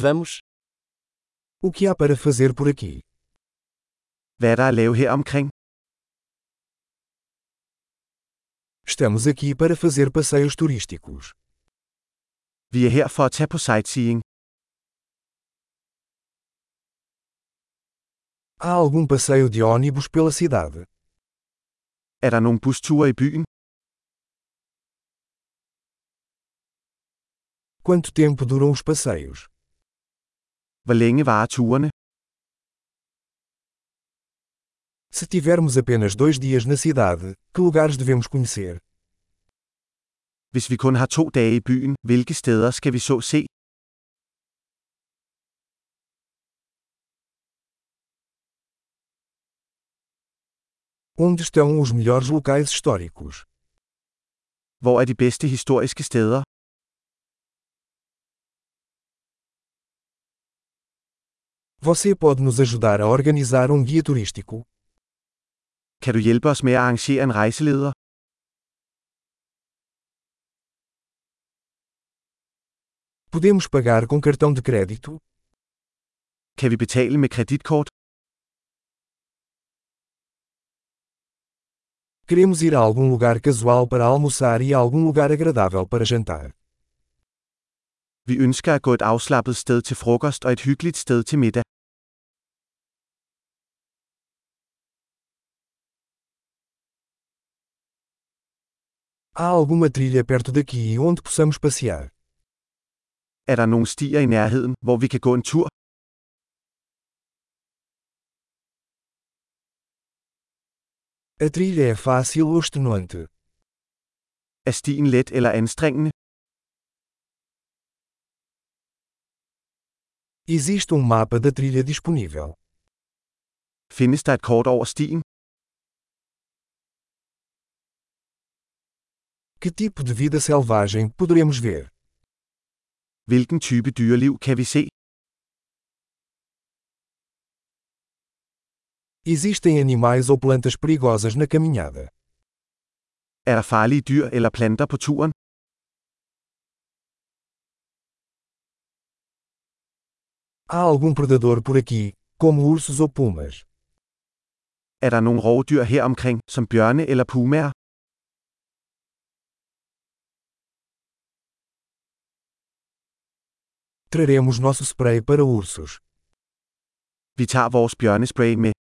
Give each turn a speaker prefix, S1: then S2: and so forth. S1: Vamos.
S2: O que há para fazer por aqui?
S3: Hvad er der at lave her omkring?
S2: Estamos aqui para fazer passeios turísticos.
S3: Vi er her for at tage på sightseeing.
S2: Há algum passeio de ônibus pela cidade?
S3: Er der nogle busture i byen?
S2: Quanto tempo duram os passeios?
S3: Hvor længe varer turene?
S2: Se tivermos apenas dois dias na cidade, que lugares devemos conhecer?
S3: Hvis vi kun har to dage i byen, hvilke steder skal vi så se?
S2: Onde estão os melhores locais históricos?
S3: Hvor er de bedste historiske steder?
S2: Você pode nos ajudar a organizar um guia turístico?
S3: Kan du hjælpe os med at arrangere en rejseleder?
S2: Podemos pagar com cartão de crédito?
S3: Kan vi betale med kreditkort?
S2: Queremos ir a algum lugar casual para almoçar e a algum lugar agradável para jantar.
S3: Vi ønsker at gå et afslappet sted til frokost og et hyggeligt sted til middag.
S2: Há alguma trilha perto daqui onde possamos passear?
S3: Er der nogle stier i nærheden, hvor vi kan gå en tur?
S2: A trilha é fácil ou extenuante?
S3: Er stien let eller anstrengende?
S2: Existe um mapa da trilha disponível.
S3: Findes der et kort over stien?
S2: Que tipo de vida selvagem poderemos ver?
S3: Hvilken type dyreliv kan vi se?
S2: Existem animais ou plantas perigosas na caminhada.
S3: Er der farlige dyr eller planter på turen?
S2: Há algum predador por aqui, como ursos ou pumas?
S3: Er der nogle rovdyr her omkring, som bjørne eller pumaer?
S2: Traremos nosso spray para ursos.
S3: Vi tager vores bjørnespray med.